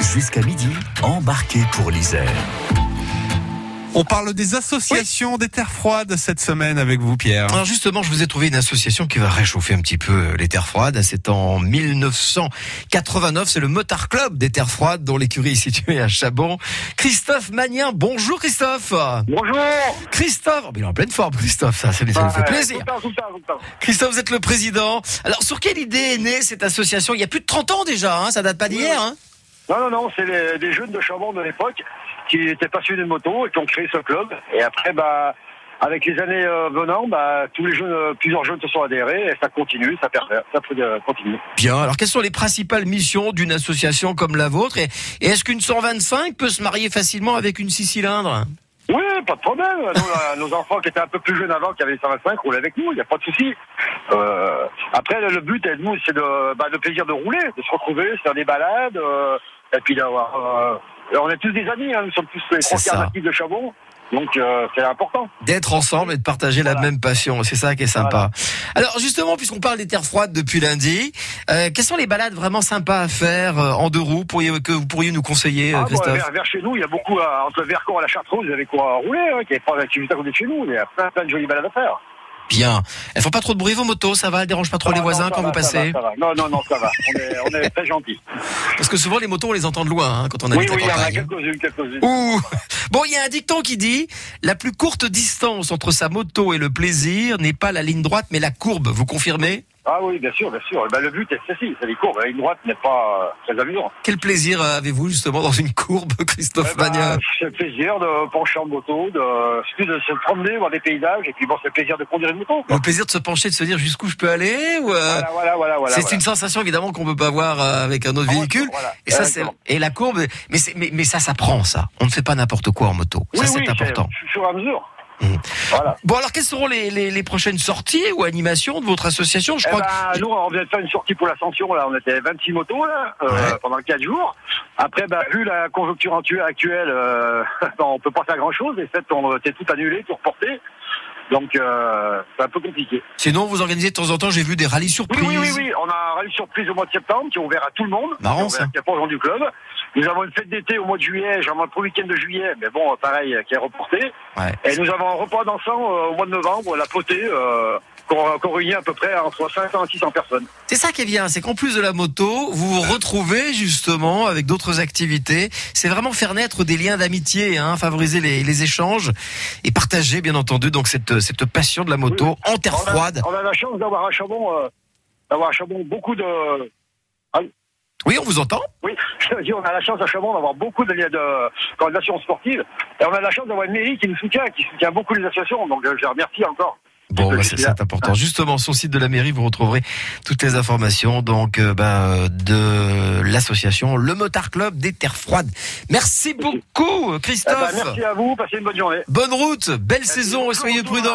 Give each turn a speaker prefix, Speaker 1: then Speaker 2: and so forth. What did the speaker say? Speaker 1: Jusqu'à midi, embarquez pour l'Isère.
Speaker 2: On parle des associations des terres froides cette semaine avec vous, Pierre.
Speaker 3: Alors justement, je vous ai trouvé une association qui va réchauffer un petit peu euh, les terres froides. C'est en 1989, c'est le Motard Club des terres froides dont l'écurie est située à Chabon. Christophe Magnien, bonjour Christophe
Speaker 4: Bonjour Ah,
Speaker 3: Christophe, oh, mais il est en pleine forme Christophe, ça, ça, ça nous fait plaisir.
Speaker 4: Tout le temps, tout le temps, tout le temps.
Speaker 3: Christophe, vous êtes le président. Alors sur quelle idée est née cette association Il y a plus de 30 ans déjà, hein, ça date pas d'hier. Hein
Speaker 4: Non, non, non, c'est les- des jeunes de Chambon de l'époque qui étaient passionnés de moto et qui ont créé ce club. Et après, bah, avec les années euh, venant, bah, tous les jeunes, euh, plusieurs jeunes se sont adhérés et ça continue, ça, pervers, ça euh, continue.
Speaker 3: Bien, alors quelles sont les principales missions d'une association comme la vôtre Et, et est-ce qu'une 125 peut se marier facilement avec une 6 cylindres
Speaker 4: Oui, pas de problème. Nous, euh, nos enfants qui étaient un peu plus jeunes avant, qui avaient 125, roulaient avec nous, il n'y a pas de souci. Euh, après, le, le but, euh, nous, c'est de, bah, le plaisir de rouler, de se retrouver, de faire des balades, euh, et puis d'avoir. euh, on est tous des amis, hein, nous sommes tous les
Speaker 3: C'est
Speaker 4: trois
Speaker 3: ça.
Speaker 4: quarts natifs de Chabon, donc euh, c'est important.
Speaker 3: d'être ensemble et de partager la
Speaker 4: Voilà.
Speaker 3: même passion. C'est ça qui est sympa.
Speaker 4: Voilà.
Speaker 3: Alors justement, puisqu'on parle des terres froides depuis lundi, euh, quelles sont les balades vraiment sympas à faire euh, en deux roues pourriez- que vous pourriez nous conseiller, euh,
Speaker 4: Ah, bon,
Speaker 3: Christophe
Speaker 4: vers, vers chez nous, il y a beaucoup, à- entre Vercors et la Chartreuse, vous avez quoi à rouler, hein, qui est pas juste à côté de chez nous, il y a plein, plein de jolies balades à faire.
Speaker 3: Bien. Elles font pas trop de bruit vos motos, ça va Elles dérangent pas trop les
Speaker 4: Ah,
Speaker 3: voisins
Speaker 4: non, ça
Speaker 3: quand
Speaker 4: va,
Speaker 3: vous
Speaker 4: ça
Speaker 3: passez
Speaker 4: va, ça va. Non, non, non, ça va. On est, on est très gentils.
Speaker 3: Parce que souvent les motos, on les entend de loin hein, quand on
Speaker 4: Oui,
Speaker 3: habite
Speaker 4: oui, il y
Speaker 3: la
Speaker 4: en a
Speaker 3: campagne.
Speaker 4: quelques-unes, quelques-unes.
Speaker 3: Ouh. Bon, il y a un dicton qui dit la plus courte distance entre sa moto et le plaisir n'est pas la ligne droite, mais la courbe. Vous confirmez
Speaker 4: Ah oui, bien sûr, bien sûr. Eh ben, le but est ceci, c'est les courbes. Une droite n'est pas euh, très amusante.
Speaker 3: Quel plaisir euh, avez-vous justement dans une courbe, Christophe
Speaker 4: Eh ben,
Speaker 3: Magnin
Speaker 4: c'est le plaisir de pencher en moto, de, excuse, de se promener, voir des paysages, et puis bon, c'est le plaisir de conduire une moto. quoi.
Speaker 3: Le plaisir de se pencher, de se dire jusqu'où je peux aller ou euh,
Speaker 4: Voilà, voilà, voilà, voilà.
Speaker 3: C'est
Speaker 4: voilà.
Speaker 3: une sensation évidemment qu'on peut pas voir euh, avec un autre véhicule.
Speaker 4: Voilà.
Speaker 3: Et ça, c'est
Speaker 4: Exactement.
Speaker 3: et la courbe. Mais, c'est- mais mais ça s'apprend ça. On ne fait pas n'importe quoi en moto. Ça
Speaker 4: Oui,
Speaker 3: c'est
Speaker 4: oui,
Speaker 3: important.
Speaker 4: au fur et à mesure.
Speaker 3: Mm.
Speaker 4: Voilà.
Speaker 3: Bon alors quelles seront les, les, les prochaines sorties ou animations de votre association Je
Speaker 4: Eh
Speaker 3: crois.
Speaker 4: ben, nous, on vient de faire une sortie pour l'ascension. Là, on était 26 motos là, euh,
Speaker 3: Ouais.
Speaker 4: pendant 4 jours. Après, bah, vu la conjoncture actu- actuelle, euh, bon, on peut pas faire grand chose. Les fêtes ont été tout annulées, tout reportées. Donc, euh, c'est un peu compliqué.
Speaker 3: que- Sinon vous organisez de temps en temps. J'ai vu des rallyes
Speaker 4: Oui,
Speaker 3: surprises.
Speaker 4: oui, oui, oui. On a un rallye surprise au mois de septembre qui est ouvert à tout le monde.
Speaker 3: Marrant,
Speaker 4: Qui est ouvert
Speaker 3: ça.
Speaker 4: à quatre gens du club. Nous avons une fête d'été au mois de juillet, genre le premier week-end de juillet, mais bon, pareil, euh, qui est reporté.
Speaker 3: Ouais.
Speaker 4: Et nous avons un repas dansant euh, au mois de novembre, la potée, euh, qu'on qu'on réunit à peu près entre 500 et 600 personnes.
Speaker 3: C'est ça qui est bien, c'est qu'en plus de la moto, vous vous retrouvez justement avec d'autres activités. C'est vraiment faire naître des liens d'amitié, hein, favoriser les, les échanges et partager bien entendu donc cette, cette passion de la moto en terre
Speaker 4: On a-
Speaker 3: froide.
Speaker 4: On a la chance d'avoir à Chabon, euh, d'avoir à Chabon beaucoup de.
Speaker 3: Oui, on vous entend.
Speaker 4: Oui, je te dis, on a la chance à Chabon d'avoir beaucoup de, de coordination sportive. Et on a la chance d'avoir une mairie qui nous soutient, qui soutient beaucoup les associations. Donc euh, je les remercie encore.
Speaker 3: Bon,
Speaker 4: Oui,
Speaker 3: bah,
Speaker 4: oui,
Speaker 3: c'est
Speaker 4: c'est là.
Speaker 3: c'est important. Justement, sur le site de la mairie, vous retrouverez toutes les informations donc euh, bah, euh, de l'association Le Motard Club des Terres Froides. Merci beaucoup,
Speaker 4: Eh ben,
Speaker 3: Christophe.
Speaker 4: merci à vous, passez une bonne journée.
Speaker 3: Bonne route, belle
Speaker 4: Merci.
Speaker 3: saison et soyez prudents.